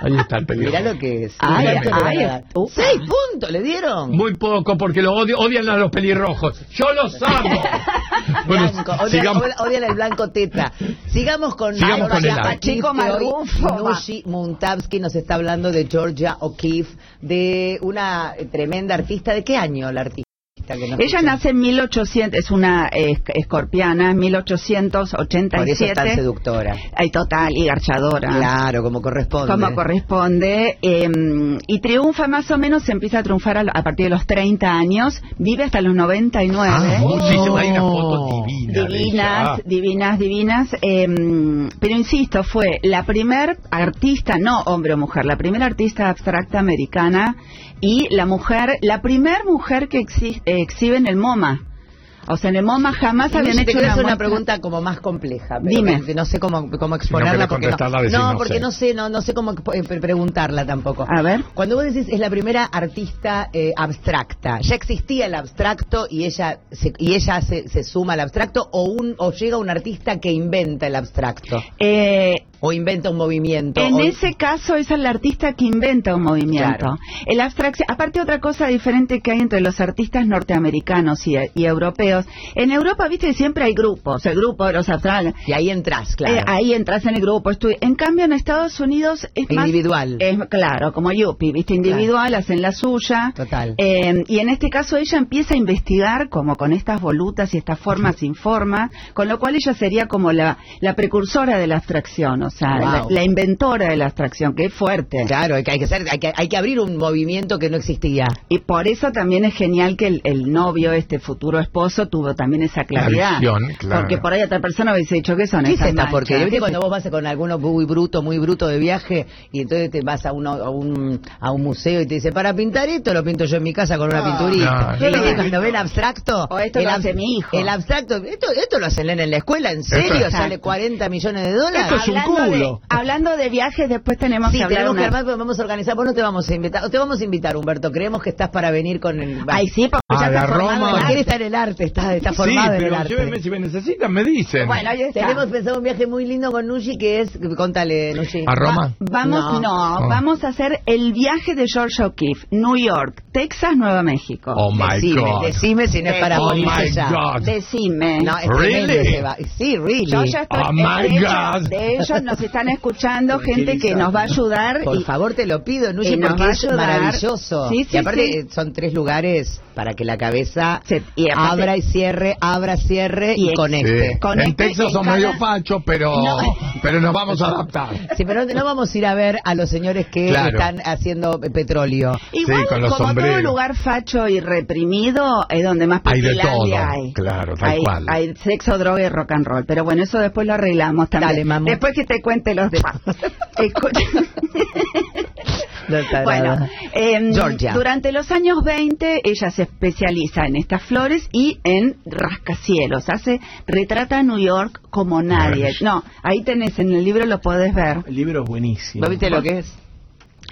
Speaker 1: Ahí está el pelirrojo.
Speaker 3: Mirá lo que es.
Speaker 4: Ay,
Speaker 3: Mirá lo que le
Speaker 4: ay,
Speaker 3: van a dar.
Speaker 4: ufa.
Speaker 3: Seis puntos le dieron.
Speaker 1: uh, Muy poco, porque lo odio, odian a los pelirrojos. ¡Yo los amo! Bueno,
Speaker 3: Blanco, odian-
Speaker 1: sigamos.
Speaker 3: odian, el blanco teta. Sigamos con,
Speaker 1: Sigamos
Speaker 3: Georgia
Speaker 1: con el arte.
Speaker 3: Pacheco
Speaker 4: Pacheco Marrufo, va.
Speaker 3: Nushi Muntabsky nos está hablando de Georgia O'Keeffe, de una tremenda artista. ¿De qué año la artista? que nos
Speaker 4: Ella
Speaker 3: escucha?
Speaker 4: nace en 1800, es una eh, esc- escorpiana, en
Speaker 3: Por eso es tan
Speaker 4: 1887.
Speaker 3: seductora.
Speaker 4: Ay, total, y garchadora.
Speaker 3: Claro, como corresponde.
Speaker 4: Como corresponde. eh, y triunfa más o menos, empieza a triunfar a, lo- a partir de los 30 años, vive hasta los 99.
Speaker 1: Ah, muchísimo. Hay una
Speaker 3: Oh.
Speaker 1: foto divina. de ella.
Speaker 4: Divinas, divinas, divinas. eh, pero insisto, fue la primer artista, no hombre o mujer, la primera artista abstracta americana y la mujer, la primer mujer que exhi- eh, exhibe en el MoMA. O sea, en el MoMA jamás habían
Speaker 3: Te
Speaker 4: hecho
Speaker 3: quiero
Speaker 4: una,
Speaker 3: hacer una
Speaker 4: muestra.
Speaker 3: pregunta como más compleja. pero
Speaker 4: Dime.
Speaker 3: que No sé cómo, cómo exponerla.
Speaker 1: querés
Speaker 3: porque
Speaker 1: contestarla,
Speaker 3: no,
Speaker 1: decís,
Speaker 3: no,
Speaker 1: no
Speaker 3: porque
Speaker 1: sé.
Speaker 3: no sé, no, no sé cómo expo- eh, pre- preguntarla tampoco.
Speaker 4: A ver.
Speaker 3: Cuando vos decís es la primera artista eh, abstracta, ¿ya existía el abstracto y ella se, y ella se, se suma al abstracto o, un, o llega un artista que inventa el abstracto?
Speaker 4: Eh,
Speaker 3: ¿O inventa un movimiento?
Speaker 4: En
Speaker 3: o-
Speaker 4: ese caso es el artista que inventa un movimiento.
Speaker 3: Claro.
Speaker 4: El abstracción, aparte otra cosa diferente que hay entre los artistas norteamericanos y, y europeos. En Europa, viste, siempre hay grupos, el grupo de los abstractos.
Speaker 3: Y ahí entras, claro.
Speaker 4: Eh, ahí entras en el grupo. estu- En cambio, en Estados Unidos es más-
Speaker 3: Individual.
Speaker 4: es, claro, como Yuppie, ¿viste? Individual, hacen la suya.
Speaker 3: Total.
Speaker 4: Eh, y en este caso ella empieza a investigar como con estas volutas y estas formas sin forma, con lo cual ella sería como la, la precursora de la abstracción. O sea, la,
Speaker 3: Wow.
Speaker 4: la inventora de la abstracción, que es fuerte.
Speaker 3: Claro, hay que, hay que ser- hay que- hay que abrir un movimiento que no existía.
Speaker 4: Y por eso también es genial que el, el novio, este futuro esposo, tuvo también esa claridad.
Speaker 1: visión, claro.
Speaker 4: Porque por ahí otra persona hubiese dicho, ¿qué son
Speaker 3: ¿Qué es
Speaker 4: estas
Speaker 3: esta
Speaker 4: manchas?
Speaker 3: porquería? ¿Viste
Speaker 4: ¿Qué
Speaker 3: cuando
Speaker 4: es
Speaker 3: vos vas con alguno muy bruto, muy bruto de viaje y entonces te vas a, uno, a, un, a un museo y te dice, para pintar esto lo pinto yo en mi casa con una
Speaker 4: Ah,
Speaker 3: pinturita.
Speaker 1: no,
Speaker 3: Y
Speaker 4: no.
Speaker 3: ¿viste cuando ven abstracto?
Speaker 4: O esto
Speaker 3: el
Speaker 4: lo
Speaker 3: ab-
Speaker 4: hace mi hijo.
Speaker 3: El abstracto, esto, esto lo hacen en la escuela, ¿en serio?
Speaker 1: Exacto.
Speaker 3: ¿Sale 40 millones de dólares?
Speaker 5: Esto es un
Speaker 4: Hablando de-
Speaker 5: culo.
Speaker 4: hablando de viajes, después tenemos
Speaker 3: Sí,
Speaker 4: que hablar
Speaker 3: tenemos que
Speaker 4: una-
Speaker 3: armar, pero vamos a organizar. Vos no te vamos a invitar, te vamos a invitar, Humberto. Creemos que estás para venir con el.
Speaker 4: Ay, sí, porque
Speaker 1: A
Speaker 4: ya
Speaker 1: la
Speaker 4: está formado
Speaker 1: Roma.
Speaker 4: el
Speaker 3: Porque
Speaker 4: arte.
Speaker 3: él está en el arte, está, está
Speaker 5: Sí,
Speaker 3: formado en el
Speaker 5: pero
Speaker 3: arte.
Speaker 5: llévenme si me necesitan, me dicen.
Speaker 4: Bueno, ahí está.
Speaker 3: Tenemos pensado un viaje muy lindo con Nushi que es, contale Nushi.
Speaker 1: A Roma.
Speaker 4: Vamos, no,
Speaker 1: Ah.
Speaker 4: vamos a hacer el viaje de George O'Keeffe, New York, Texas, Nueva México.
Speaker 1: Oh my
Speaker 3: decime,
Speaker 1: God.
Speaker 3: decime si no es para
Speaker 1: Oh
Speaker 3: morirse
Speaker 1: my
Speaker 3: ya.
Speaker 1: God.
Speaker 4: Decime.
Speaker 3: No, es
Speaker 1: Really?
Speaker 3: tremendo ese va- Sí, really.
Speaker 4: Yo ya estoy,
Speaker 1: Oh, my
Speaker 4: de, hecho,
Speaker 1: God.
Speaker 4: de ellos nos están escuchando gente que nos va a ayudar.
Speaker 3: Por
Speaker 4: y-
Speaker 3: favor, te lo pido, Nushi,
Speaker 4: y nos
Speaker 3: porque
Speaker 4: va a
Speaker 3: es
Speaker 4: ayudar.
Speaker 3: maravilloso.
Speaker 4: Sí, sí,
Speaker 3: y aparte
Speaker 4: sí.
Speaker 3: eh, son tres lugares para que la cabeza
Speaker 4: Se- y aparte-
Speaker 3: abra y cierre, abra, cierre
Speaker 4: Y
Speaker 3: y,
Speaker 4: ex-
Speaker 3: conecte.
Speaker 1: Sí.
Speaker 4: Con
Speaker 1: En
Speaker 4: este
Speaker 1: Texas son
Speaker 4: en
Speaker 1: medio
Speaker 4: cada-
Speaker 1: fachos, pero, pero nos vamos
Speaker 4: este
Speaker 1: a adaptar.
Speaker 3: Sí, pero no vamos a ir a ver a los señores que
Speaker 1: Claro.
Speaker 3: están haciendo petróleo.
Speaker 4: Igual,
Speaker 1: Sí, con los
Speaker 4: como
Speaker 1: sombreros.
Speaker 4: todo lugar facho y reprimido, es donde más
Speaker 1: Hay de
Speaker 4: pupilandia
Speaker 1: todo,
Speaker 4: hay.
Speaker 1: claro, tal
Speaker 4: hay,
Speaker 1: cual.
Speaker 4: Hay sexo, droga y rock and roll. Pero bueno, eso después lo arreglamos también.
Speaker 3: Dale, mamá.
Speaker 4: Después que te cuente los demás. Escucha.
Speaker 3: No está
Speaker 4: bueno,
Speaker 3: nada.
Speaker 4: em,
Speaker 3: Georgia.
Speaker 4: durante los años 20 ella se especializa en estas flores y en rascacielos. Hace retrata a New York como nadie.
Speaker 1: Ay.
Speaker 4: No, ahí tenés en el libro lo podés ver.
Speaker 5: El libro es buenísimo.
Speaker 3: ¿No viste lo que es?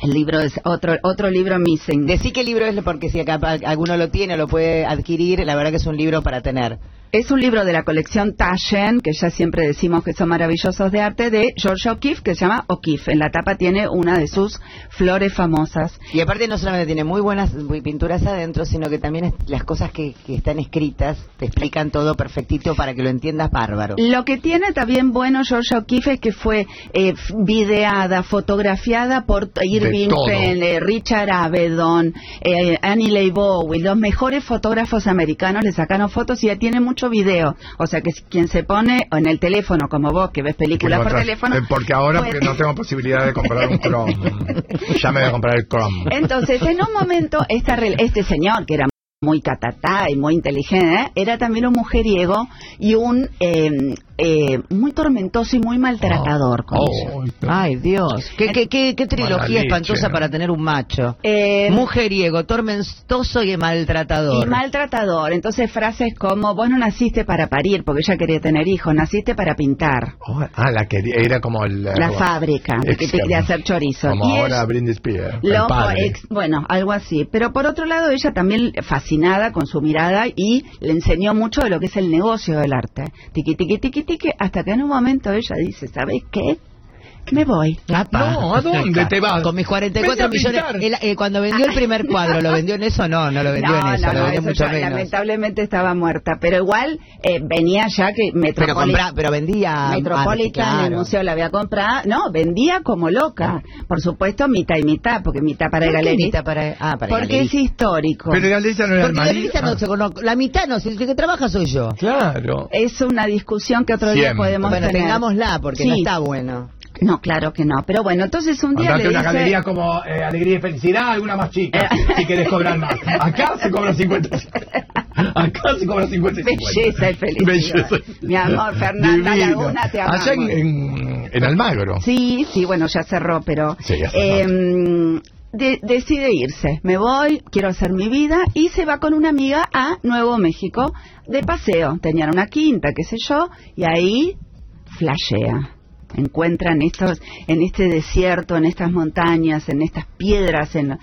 Speaker 4: El libro es otro otro libro missing.
Speaker 3: Decí qué libro es, porque si acá pa- alguno lo tiene o lo puede adquirir, la verdad que es un libro para tener.
Speaker 4: Es un libro de la colección Taschen, que ya siempre decimos que son maravillosos de arte, de George O'Keeffe, que se llama O'Keeffe. En la tapa tiene una de sus flores famosas.
Speaker 3: Y aparte no solamente tiene muy buenas muy pinturas adentro, sino que también es- las cosas que, que están escritas te explican todo perfectito para que lo entiendas bárbaro.
Speaker 4: Lo que tiene también bueno George O'Keeffe es que fue eh, f- videada, fotografiada por Irving
Speaker 1: todo.
Speaker 4: Penn, Richard Avedon, eh, Annie Leigh Bowie. Los mejores fotógrafos americanos le sacaron fotos y ya tiene mucho video. O sea que si- quien se pone en el teléfono, como vos, que ves películas por
Speaker 1: Encontrar-
Speaker 4: teléfono...
Speaker 1: eh, Porque ahora
Speaker 4: puede-
Speaker 3: Pues-
Speaker 1: porque no tengo posibilidad de comprar un Chrome. Ya me voy a comprar el Chrome.
Speaker 4: Entonces, en un momento, esta, rel- este señor, que era muy catatá y muy inteligente, ¿eh? era también un mujeriego y un eh, eh, muy tormentoso y muy maltratador con
Speaker 1: Oh,
Speaker 4: ella.
Speaker 3: Ay, Dios. ¿Qué, qué, qué, qué
Speaker 1: Mala
Speaker 3: trilogía
Speaker 1: leche,
Speaker 3: espantosa
Speaker 1: ¿no?
Speaker 3: para tener un macho?
Speaker 4: Eh,
Speaker 3: Mujeriego, tormentoso y maltratador.
Speaker 4: y maltratador. Entonces, frases como, vos no naciste para parir, porque ella quería tener hijos, naciste para pintar.
Speaker 1: oh, ah, la quería. Era como el.
Speaker 4: La
Speaker 1: como-
Speaker 4: fábrica que te
Speaker 1: Exacto.
Speaker 4: quería hacer chorizo.
Speaker 1: Como
Speaker 4: Y
Speaker 1: ahora
Speaker 4: es-
Speaker 1: Brindis Spears. el
Speaker 4: Loco,
Speaker 1: padre.
Speaker 4: ex- bueno, algo así. Pero por otro lado, ella también fascinada con su mirada y le enseñó mucho de lo que es el negocio del arte. Tiqui, tiqui, tiqui, tiqui, hasta que en un momento ella dice, ¿sabes qué? Me voy.
Speaker 3: Apa.
Speaker 1: No, ¿a dónde te vas?
Speaker 3: Con mis
Speaker 1: Vete
Speaker 3: 44
Speaker 1: a
Speaker 3: millones.
Speaker 1: pintar.
Speaker 3: él, eh, cuando vendió el primer cuadro, ¿lo vendió en eso? No, no lo vendió en eso, lo vendió
Speaker 4: eso
Speaker 3: mucho
Speaker 4: ya
Speaker 3: menos.
Speaker 4: lamentablemente estaba muerta. Pero igual eh, venía ya que
Speaker 3: Pero,
Speaker 4: Metropolis-
Speaker 3: compra, pero vendía.
Speaker 4: Metropolitan,
Speaker 3: arte,
Speaker 4: el
Speaker 3: claro.
Speaker 4: museo la había comprado. No, vendía como loca. Por supuesto, mitad y mitad, porque mitad para el
Speaker 3: ¿Por qué
Speaker 4: galerista.
Speaker 3: mitad para- ah, para el
Speaker 4: porque
Speaker 3: galerista.
Speaker 4: es histórico.
Speaker 1: Pero la lista no era el
Speaker 3: Porque la lista no
Speaker 1: marido.
Speaker 3: se conoce. La mitad no, si el que trabaja soy yo.
Speaker 1: Ah, Claro.
Speaker 4: Es una discusión que otro día
Speaker 1: Siempre.
Speaker 4: podemos
Speaker 3: Bueno,
Speaker 4: tener.
Speaker 3: tengámosla, porque no
Speaker 4: Sí.
Speaker 3: está bueno.
Speaker 4: No, claro que no. Pero bueno, entonces un día
Speaker 1: Andate
Speaker 4: le
Speaker 1: a una
Speaker 4: dice... Eh.
Speaker 1: galería como eh, Alegría y Felicidad, alguna más chica, si querés cobrar más. Acá se cobra 50. Acá se cobra 50 y 50.
Speaker 4: Belleza y felicidad. Mi amor, Fernanda
Speaker 1: Divino.
Speaker 4: Laguna, te amamos.
Speaker 1: Allá en, en, en Almagro.
Speaker 4: Sí, sí, bueno, ya cerró, pero...
Speaker 1: Sí, ya cerró.
Speaker 4: em, de- decide irse. Me voy, quiero hacer mi vida y se va con una amiga a Nuevo México de paseo. Tenían una quinta, qué sé yo, y ahí flashea. Encuentran estos, en este desierto, en estas montañas, en estas piedras, en...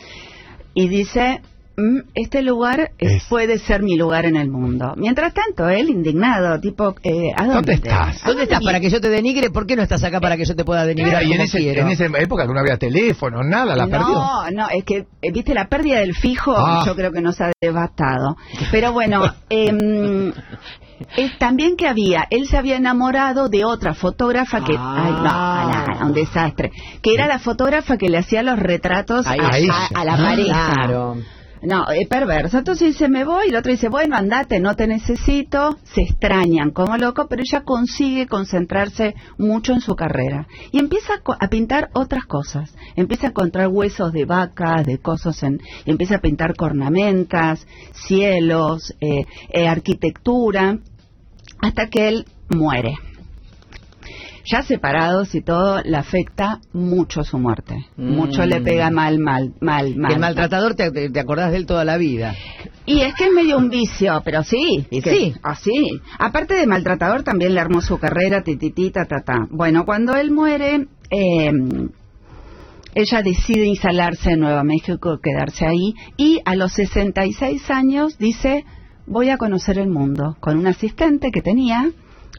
Speaker 4: y dice, "Mm, este lugar es-
Speaker 1: Es-
Speaker 4: puede ser mi lugar en el mundo. Mientras tanto, él indignado, tipo, eh, ¿a dónde,
Speaker 1: ¿Dónde estás?
Speaker 3: ¿Dónde estás para que yo te denigre? ¿Por qué no estás acá para que yo te pueda
Speaker 1: Mira,
Speaker 3: denigrar
Speaker 1: y en,
Speaker 3: como
Speaker 1: ese,
Speaker 3: quiero?
Speaker 1: en esa época que no había teléfono, nada, la perdió.
Speaker 4: No, no, es que, eh, viste, la pérdida del fijo
Speaker 1: Ah.
Speaker 4: yo creo que nos ha devastado. Pero bueno, em, es también que había, él se había enamorado de otra fotógrafa que,
Speaker 3: Ah.
Speaker 4: ay, no, no, no, un desastre, que era la fotógrafa que le hacía los retratos
Speaker 3: Ahí
Speaker 4: a,
Speaker 1: sí. Ah,
Speaker 4: a- a la pareja.
Speaker 3: Claro.
Speaker 4: No, eh, perverso. Entonces dice, me voy, y el otro dice, bueno, andate, no te necesito. Se extrañan como loco, pero ella consigue concentrarse mucho en su carrera. Y empieza a co- a pintar otras cosas. Empieza a encontrar huesos de vacas, de cosas en... y empieza a pintar cornamentas, cielos, eh, eh, arquitectura, hasta que él muere. Ya separados y todo, le afecta mucho su muerte.
Speaker 3: Mm.
Speaker 4: Mucho le pega mal, mal, mal, mal.
Speaker 3: El maltratador te, te- te acordás de él toda la vida.
Speaker 4: Y es que es medio un vicio, pero sí,
Speaker 3: ¿Y qué?
Speaker 4: sí, así. Aparte de maltratador, también le armó su carrera, tititita, ta, ta. Bueno, cuando él muere, eh, ella decide instalarse en Nueva México, quedarse ahí, y a los 66 años dice, voy a conocer el mundo, con un asistente que tenía,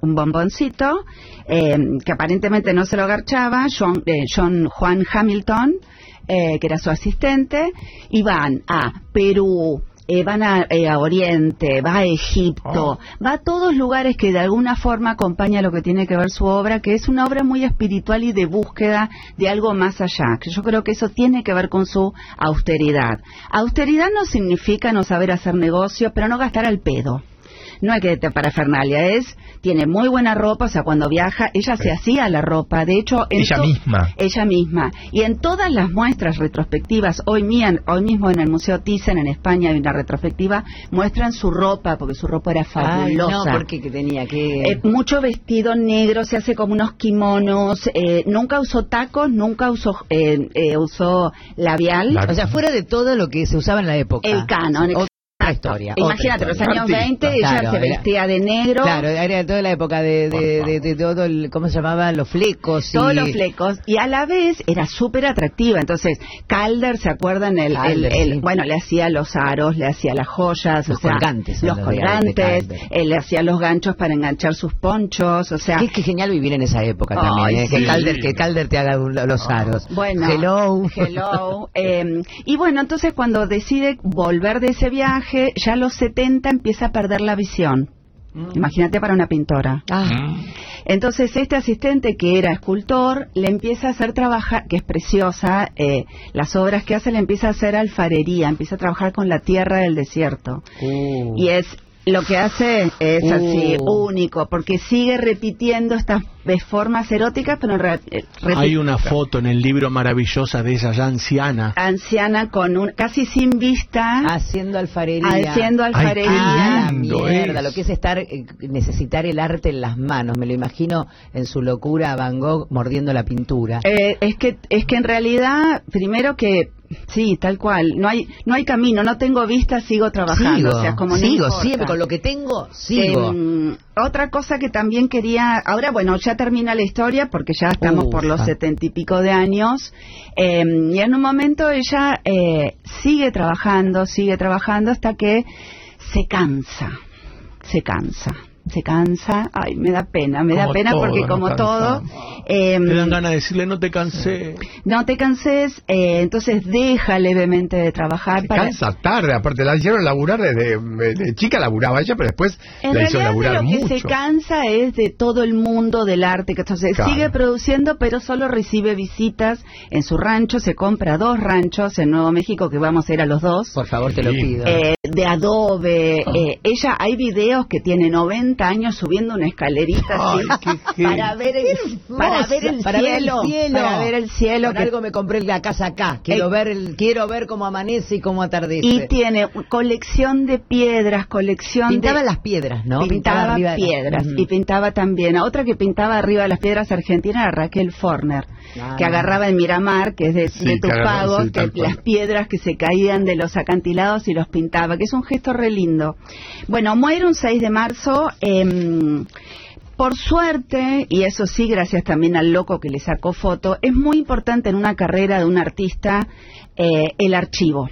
Speaker 4: un bomboncito, eh, que aparentemente no se lo garchaba, John, eh, John Juan Hamilton, eh, que era su asistente, y van a Perú, eh, van a, eh, a Oriente, va a Egipto, va a todos lugares que de alguna forma acompaña lo que tiene que ver su obra, que es una obra muy espiritual y de búsqueda de algo más allá, que yo creo que eso tiene que ver con su austeridad. Austeridad no significa no saber hacer negocio, pero no gastar al pedo. No hay que te parafernalia, es, tiene muy buena ropa, o sea, cuando viaja, ella se hacía la ropa, de hecho... en
Speaker 5: Ella
Speaker 4: to-
Speaker 5: misma.
Speaker 4: ella misma. Y en todas las muestras retrospectivas, hoy, mía- hoy mismo en el Museo Thyssen en España hay una retrospectiva, muestran su ropa, porque su ropa era
Speaker 3: Ay,
Speaker 4: fabulosa.
Speaker 3: no, porque que tenía que...
Speaker 4: Eh, mucho vestido negro, se hace como unos kimonos, eh, nunca usó tacos, nunca usó, eh, eh, usó labial.
Speaker 5: La-
Speaker 3: o sea, fuera de todo lo que se usaba en la época.
Speaker 4: El
Speaker 3: Otra
Speaker 4: canon, exacto.
Speaker 3: historia. otra
Speaker 4: Imagínate, los
Speaker 3: historia.
Speaker 4: años 20 ella
Speaker 3: Claro,
Speaker 4: se
Speaker 3: era-
Speaker 4: vestía de negro.
Speaker 3: Claro, era toda la época de, de, de- de todo el... ¿Cómo se llamaban? Los flecos y...
Speaker 4: todos los flecos y a la vez era súper atractiva. Entonces, Calder, ¿se acuerdan? El, el-
Speaker 3: Calder,
Speaker 4: el-
Speaker 3: sí.
Speaker 4: bueno, le hacía los aros, le hacía las joyas,
Speaker 3: Los
Speaker 4: o sea,
Speaker 3: colgantes,
Speaker 4: los
Speaker 3: son los de- de
Speaker 4: colgantes,
Speaker 3: Calder.
Speaker 4: eh, le hacía los ganchos para enganchar sus ponchos, o sea,
Speaker 3: Qué, qué genial vivir en esa época
Speaker 4: Ay,
Speaker 3: también, ¿eh?
Speaker 4: sí. Ah,
Speaker 3: que, Calder, que Calder te haga un- los aros.
Speaker 4: Bueno.
Speaker 3: Hello.
Speaker 4: Hello. Eh, y bueno, entonces cuando decide volver de ese viaje, ya a los 70 empieza a perder la visión.
Speaker 3: Mm.
Speaker 4: Imagínate para una pintora.
Speaker 3: Ah,
Speaker 4: Entonces este asistente que era escultor le empieza a hacer trabajar, que es preciosa, eh, las obras que hace le empieza a hacer alfarería, empieza a trabajar con la tierra del desierto.
Speaker 5: Uh.
Speaker 4: Y es lo que hace es
Speaker 3: Uh.
Speaker 4: así único, porque sigue repitiendo estas eh, formas eróticas, pero en re- eh,
Speaker 5: Hay
Speaker 4: repi-
Speaker 5: una foto en el libro maravillosa de esa ya anciana.
Speaker 4: Ah. anciana con un casi sin vista,
Speaker 3: haciendo alfarería.
Speaker 4: Ah. haciendo
Speaker 5: qué
Speaker 4: alfarería.
Speaker 3: Ah, la
Speaker 5: lindo
Speaker 3: mierda,
Speaker 5: es.
Speaker 3: lo que es estar eh, necesitar el arte en las manos. Me lo imagino en su locura a Van Gogh mordiendo la pintura.
Speaker 4: Eh, es que es que en realidad primero que sí tal cual no hay no hay camino no tengo vista sigo trabajando
Speaker 3: sigo,
Speaker 4: o sea como no
Speaker 3: sigo,
Speaker 4: importa.
Speaker 3: siempre con lo que tengo, sigo.
Speaker 4: Em, otra cosa que también quería ahora bueno ya termina la historia porque ya estamos por los
Speaker 3: Ufa.
Speaker 4: setenta y pico de años Em, y en un momento ella eh, sigue trabajando sigue trabajando hasta que se cansa se cansa se cansa ay me da pena me da
Speaker 5: Como
Speaker 4: pena
Speaker 5: todo,
Speaker 4: porque
Speaker 5: nos
Speaker 4: como todo
Speaker 5: cansamos.
Speaker 4: em,
Speaker 5: Te dan ganas de decirle no te cansé.
Speaker 4: no te canses, eh, entonces deja levemente de trabajar.
Speaker 1: Se
Speaker 4: para-
Speaker 1: cansa tarde, aparte la hicieron laburar desde eh, de chica laburaba ella, pero después
Speaker 4: En
Speaker 1: la hicieron
Speaker 4: realidad de
Speaker 1: laburar
Speaker 4: lo que
Speaker 1: mucho.
Speaker 4: se cansa es de todo el mundo del arte, que entonces
Speaker 1: Claro.
Speaker 4: sigue produciendo, pero solo recibe visitas en su rancho, se compra dos ranchos en Nuevo México, que vamos a ir a los dos.
Speaker 3: Por favor, te lo
Speaker 1: Sí.
Speaker 3: pido.
Speaker 4: eh, de adobe, eh, ella hay videos que tiene 90 años subiendo una escalerita así, para ver el, para ver el
Speaker 3: Para ver el
Speaker 4: cielo,
Speaker 3: cielo.
Speaker 4: para ver el cielo
Speaker 3: Por
Speaker 4: que
Speaker 3: algo me compré la casa acá. Quiero
Speaker 4: Eh.
Speaker 3: ver el, quiero ver cómo amanece y cómo atardece.
Speaker 4: Y tiene colección de piedras, colección
Speaker 3: pintaba
Speaker 4: de...
Speaker 3: las piedras, ¿no?
Speaker 4: pintaba,
Speaker 3: arriba de las-
Speaker 4: piedras
Speaker 3: Ujú.
Speaker 4: y pintaba también. Otra que pintaba arriba de las piedras argentinas era Raquel Forner,
Speaker 3: Ah.
Speaker 4: que agarraba en Miramar, que es de,
Speaker 1: Sí,
Speaker 4: de
Speaker 1: que agarraba,
Speaker 4: Tupagos,
Speaker 1: sí, tal
Speaker 4: que las
Speaker 1: cual.
Speaker 4: piedras que se caían de los acantilados y los pintaba, que es un gesto re lindo. Bueno, muere un 6 de marzo. em, por suerte, y eso sí, gracias también al loco que le sacó foto, es muy importante en una carrera de un artista eh, el archivo.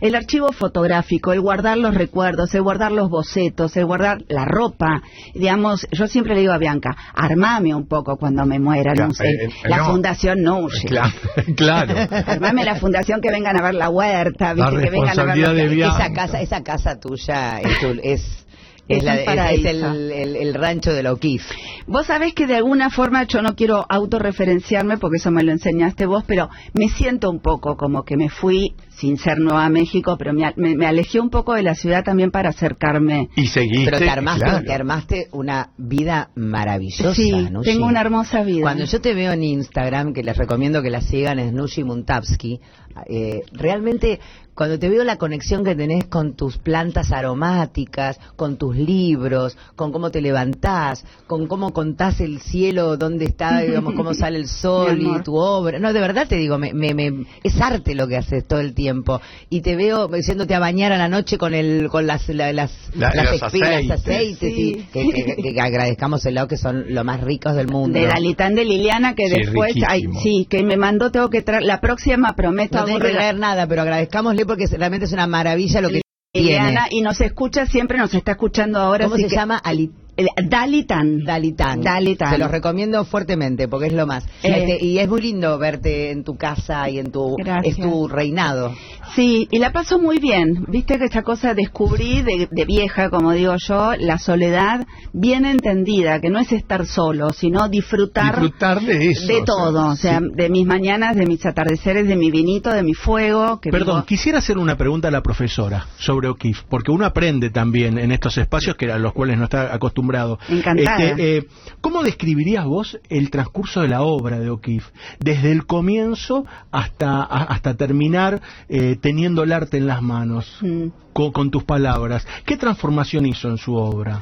Speaker 4: El archivo fotográfico, el guardar los recuerdos, el guardar los bocetos, el guardar la ropa. Digamos, yo siempre le digo a Bianca, armame un poco cuando me muera,
Speaker 1: Claro,
Speaker 4: no sé.
Speaker 1: eh, eh,
Speaker 4: la
Speaker 1: no.
Speaker 4: fundación no huye.
Speaker 1: Claro, claro.
Speaker 4: Armame la fundación que vengan a ver la huerta,
Speaker 1: La
Speaker 4: ¿viste? que vengan a ver
Speaker 5: responsabilidad
Speaker 4: los-
Speaker 5: de Bianca.
Speaker 3: Esa casa, esa casa tuya es, tu- es,
Speaker 4: Es
Speaker 3: es,
Speaker 4: un
Speaker 3: la- es- es
Speaker 4: paraíso.
Speaker 3: el, el- el rancho de la O'Keeffe.
Speaker 4: Vos sabés que de alguna forma yo no quiero autorreferenciarme porque eso me lo enseñaste vos, pero me siento un poco como que me fui sin ser Nueva México, pero me, a- me- me alejé un poco de la ciudad también para acercarme.
Speaker 5: Y seguiste.
Speaker 3: Pero te armaste,
Speaker 5: claro.
Speaker 3: te armaste una vida maravillosa,
Speaker 4: sí,
Speaker 3: Nushi.
Speaker 4: tengo una hermosa vida.
Speaker 3: Cuando yo te veo en Instagram, que les recomiendo que la sigan, es Nushi Muntavsky, eh, realmente cuando te veo la conexión que tenés con tus plantas aromáticas, con tus libros, con cómo te levantás, con cómo contás el cielo, dónde está, digamos, cómo sale el sol
Speaker 4: Mi amor.
Speaker 3: y tu obra. No, de verdad te digo, me, me- me- es arte lo que haces todo el tiempo. Y te veo yéndote a bañar a la noche con, el, con las, la- las,
Speaker 5: La-
Speaker 3: las
Speaker 5: los
Speaker 3: espinas,
Speaker 5: aceites.
Speaker 3: aceites, y
Speaker 4: Sí.
Speaker 3: que, que- que- que agradezcamos el lado que son los más ricos del mundo.
Speaker 4: de Dalitán de Liliana que
Speaker 5: Sí,
Speaker 4: después ay,
Speaker 5: riquísimo.
Speaker 4: sí que me mandó tengo que traer la próxima prometo
Speaker 3: No tenés que
Speaker 4: aburrida.
Speaker 3: leer nada, pero agradezcámosle porque es- realmente es una maravilla lo que
Speaker 4: Liliana
Speaker 3: tiene.
Speaker 4: y nos escucha siempre nos está escuchando ahora
Speaker 3: ¿Cómo
Speaker 4: así
Speaker 3: se
Speaker 4: que-
Speaker 3: llama? Ali-
Speaker 4: Eh, Dalitán
Speaker 3: Dalitán.
Speaker 4: Dalitán.
Speaker 3: Se los recomiendo fuertemente porque es lo más.
Speaker 4: Eh.
Speaker 3: Este, y es muy lindo verte en tu casa y en tu
Speaker 4: Gracias.
Speaker 3: es tu reinado.
Speaker 4: sí y la paso muy bien viste que esa cosa descubrí de, de vieja como digo yo la soledad bien entendida que no es estar solo sino disfrutar,
Speaker 5: Disfrutar de eso.
Speaker 4: de
Speaker 5: o sea,
Speaker 4: todo o sea,
Speaker 5: sí.
Speaker 4: de mis mañanas de mis atardeceres de mi vinito de mi fuego que
Speaker 5: Perdón,
Speaker 4: vivo-
Speaker 5: quisiera hacer una pregunta a la profesora sobre O'Keeffe, porque uno aprende también en estos espacios que a los cuales no está acostumbrado.
Speaker 4: Encantada.
Speaker 5: Este, eh, ¿Cómo describirías vos el transcurso de la obra de O'Keeffe, desde el comienzo hasta, a- hasta terminar eh, teniendo el arte en las manos,
Speaker 4: Mm.
Speaker 5: con, con tus palabras? ¿Qué transformación hizo en su obra?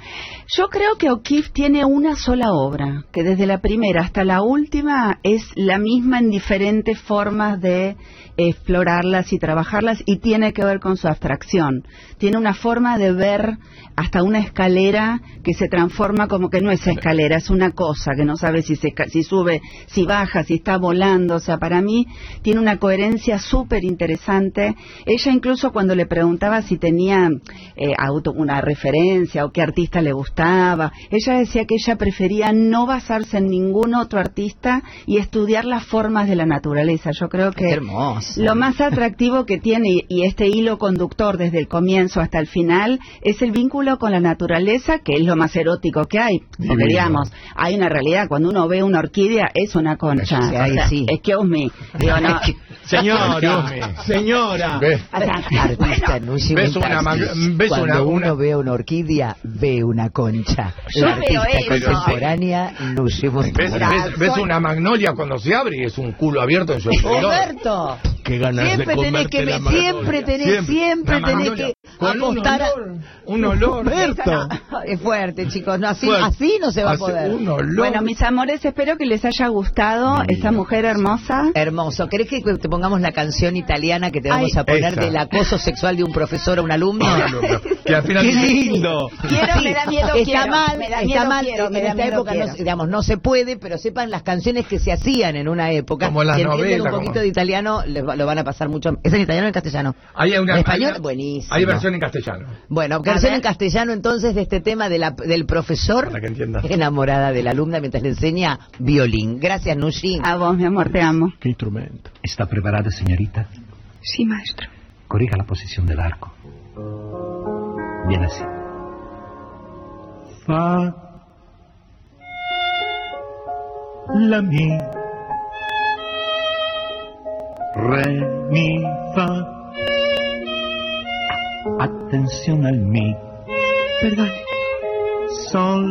Speaker 4: Yo creo que O'Keeffe tiene una sola obra, que desde la primera hasta la última es la misma en diferentes formas de explorarlas y trabajarlas y tiene que ver con su abstracción. Tiene una forma de ver hasta una escalera que se transforma como que no es escalera, es una cosa que no sabe si, se, esca- si sube, si baja, si está volando. O sea, para mí tiene una coherencia súper interesante. Ella incluso cuando le preguntaba si tenía eh, auto, una referencia o qué artista le gustaba, ella decía que ella prefería no basarse en ningún otro artista y estudiar las formas de la naturaleza. Yo creo que
Speaker 3: Qué hermoso.
Speaker 4: lo más atractivo que tiene y- y este hilo conductor desde el comienzo hasta el final es el vínculo con la naturaleza, que es lo más erótico que hay. Porque
Speaker 5: Divino.
Speaker 4: digamos, hay una realidad, cuando uno ve una orquídea es una concha.
Speaker 3: Sí, ahí sí.
Speaker 4: Excuse me. Digo, no.
Speaker 5: Señora, señora.
Speaker 1: ¿Ves?
Speaker 4: O sea,
Speaker 3: Artista
Speaker 4: bueno,
Speaker 3: Nushi
Speaker 1: ves una
Speaker 3: Muntavsky.
Speaker 1: mag- ves
Speaker 3: Cuando
Speaker 1: una- una-
Speaker 3: uno ve una orquídea, ve una concha.
Speaker 4: Yo
Speaker 3: la
Speaker 4: veo
Speaker 3: artista
Speaker 4: eso.
Speaker 3: contemporánea Nushi
Speaker 1: ¿Ves,
Speaker 3: Muntavsky.
Speaker 1: ves- ves una magnolia cuando se abre y es un culo abierto en su esplendor?
Speaker 3: Roberto.
Speaker 5: Qué ganas de
Speaker 3: siempre tenés que
Speaker 5: comerte la
Speaker 3: me-
Speaker 5: magnolia.
Speaker 3: siempre tenés siempre,
Speaker 1: La
Speaker 3: tenés
Speaker 1: magnolia.
Speaker 3: que
Speaker 1: Con un
Speaker 3: apostar a-
Speaker 1: olor, un olor.
Speaker 5: Roberto.
Speaker 3: es fuerte chicos no así
Speaker 1: Fuerte.
Speaker 3: así no se va a
Speaker 1: Hace
Speaker 3: poder
Speaker 1: un olor.
Speaker 4: Bueno, mis amores, espero que les haya gustado esa mujer hermosa.
Speaker 3: Eh, Hermoso. ¿Querés que te pongamos la canción italiana que te
Speaker 4: Ay,
Speaker 3: vamos a poner
Speaker 5: esa.
Speaker 3: del acoso sexual de un profesor a un alumno?
Speaker 5: Ah, no, no. Que al final ¡Qué dice- lindo!
Speaker 4: Quiero, me da miedo,
Speaker 3: está
Speaker 4: quiero,
Speaker 3: mal,
Speaker 4: me da
Speaker 3: está
Speaker 4: miedo,
Speaker 3: mal.
Speaker 4: quiero,
Speaker 3: en
Speaker 4: me da
Speaker 3: esta
Speaker 4: miedo,
Speaker 3: época
Speaker 4: quiero.
Speaker 3: no, digamos, no se puede, pero sepan las canciones que se hacían en una época.
Speaker 1: Como las
Speaker 3: si entienden
Speaker 1: novelas,
Speaker 3: un poquito
Speaker 1: como-
Speaker 3: de italiano, les va- lo van a pasar mucho. ¿Es en italiano o en castellano?
Speaker 1: Ahí hay una,
Speaker 3: En
Speaker 1: hay
Speaker 3: español,
Speaker 1: una-
Speaker 3: buenísimo.
Speaker 1: Hay versión en castellano.
Speaker 3: Bueno, canción
Speaker 4: ver.
Speaker 3: en castellano entonces de este tema de la- del profesor
Speaker 1: Para que entiendas.
Speaker 3: enamorada de la alumna mientras le enseña violín. Gracias, Nushi.
Speaker 4: A vos, mi amor, te amo.
Speaker 5: ¡Qué instrumento!
Speaker 6: ¿Está preparada, señorita?
Speaker 7: Sí, maestro.
Speaker 6: Corrija la posición del arco. Bien así. Fa. La mi. Re mi fa. Atención al mi.
Speaker 7: Perdone.
Speaker 6: Sol.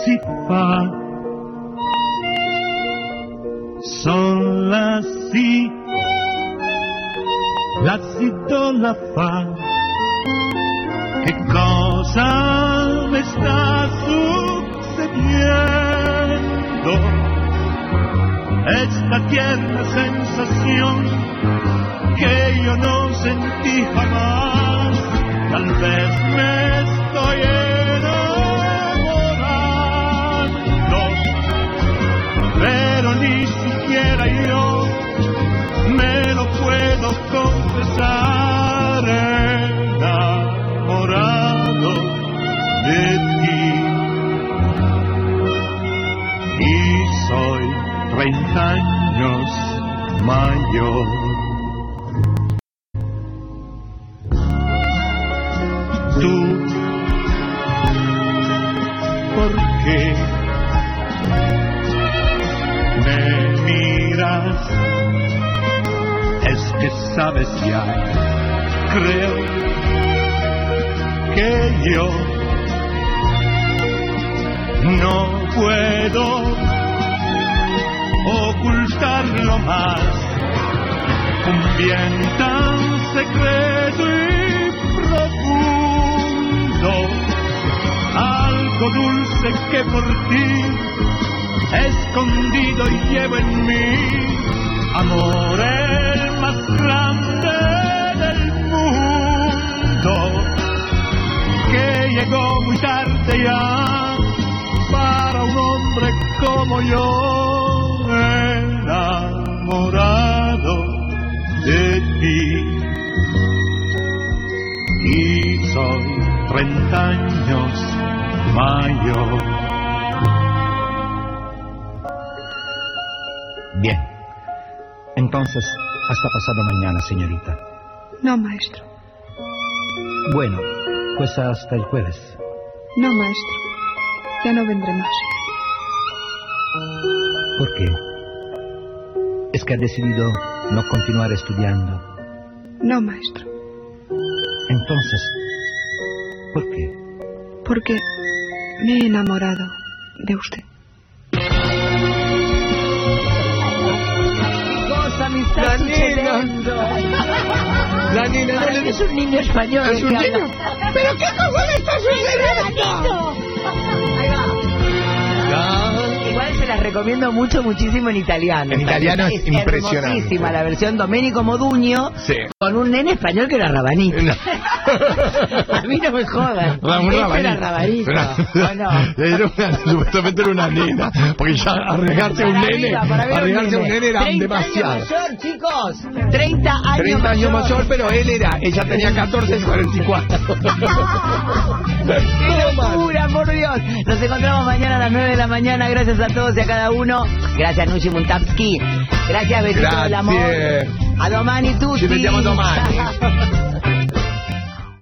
Speaker 6: Si fa. Sol la si. La si do la fa. Che cosa me sta sucediendo? Esta tierna sensación que yo no sentí jamás. Tal vez me estoy enamorando, pero ni siquiera yo me lo puedo confesar enamorado de ti. Y soy 30 años mayor. tú. ¿Por qué me miras decían. Creo que yo no puedo ocultarlo más. Un bien tan secreto y profundo, algo dulce que por ti escondido llevo en mí. Amor el más grande del mundo, que llegó muy tarde ya para un hombre como yo, enamorado de ti. Y soy treinta años mayor.
Speaker 8: Bien. Entonces, hasta pasado mañana, señorita.
Speaker 7: No, maestro.
Speaker 8: Bueno, pues hasta el jueves.
Speaker 7: No, maestro. Ya no vendré más.
Speaker 8: ¿Por qué? ¿Es que ha decidido no continuar estudiando?
Speaker 7: No, maestro.
Speaker 8: Entonces, ¿por qué?
Speaker 7: Porque me he enamorado de usted.
Speaker 3: amistad
Speaker 1: La nena, no le
Speaker 3: Es un niño español.
Speaker 1: Es un
Speaker 3: que habla.
Speaker 1: niño. ¿Pero qué cojones está sucediendo?
Speaker 3: Ahí va. Igual se las recomiendo mucho, muchísimo en italiano.
Speaker 1: En italiano es impresionante.
Speaker 3: hermosísima la versión Domenico Moduño
Speaker 1: Sí.
Speaker 3: con un nene español que era rabanito. A mí no me jodan.
Speaker 1: Ramón
Speaker 3: Ese
Speaker 1: Rabanito.
Speaker 3: era rabanito. ¿o no?
Speaker 1: Era una- supuestamente era una nena, porque ya arriesgarse a un
Speaker 3: Para mí,
Speaker 1: nene,
Speaker 3: para mí era
Speaker 1: arriesgarse a un nene era
Speaker 3: 30
Speaker 1: demasiado.
Speaker 3: años mayor, chicos. 30 años
Speaker 1: 30 años mayor, pero él era, ella tenía 14 y 44.
Speaker 3: ¡Qué locura, por Dios! Nos encontramos mañana a las 9 de la mañana. Gracias a todos y a cada uno. Gracias, Nushi Muntapski. Gracias, Besito del Amor.
Speaker 1: Grazie.
Speaker 3: A Domani Tutti.
Speaker 1: Ci vediamo domani.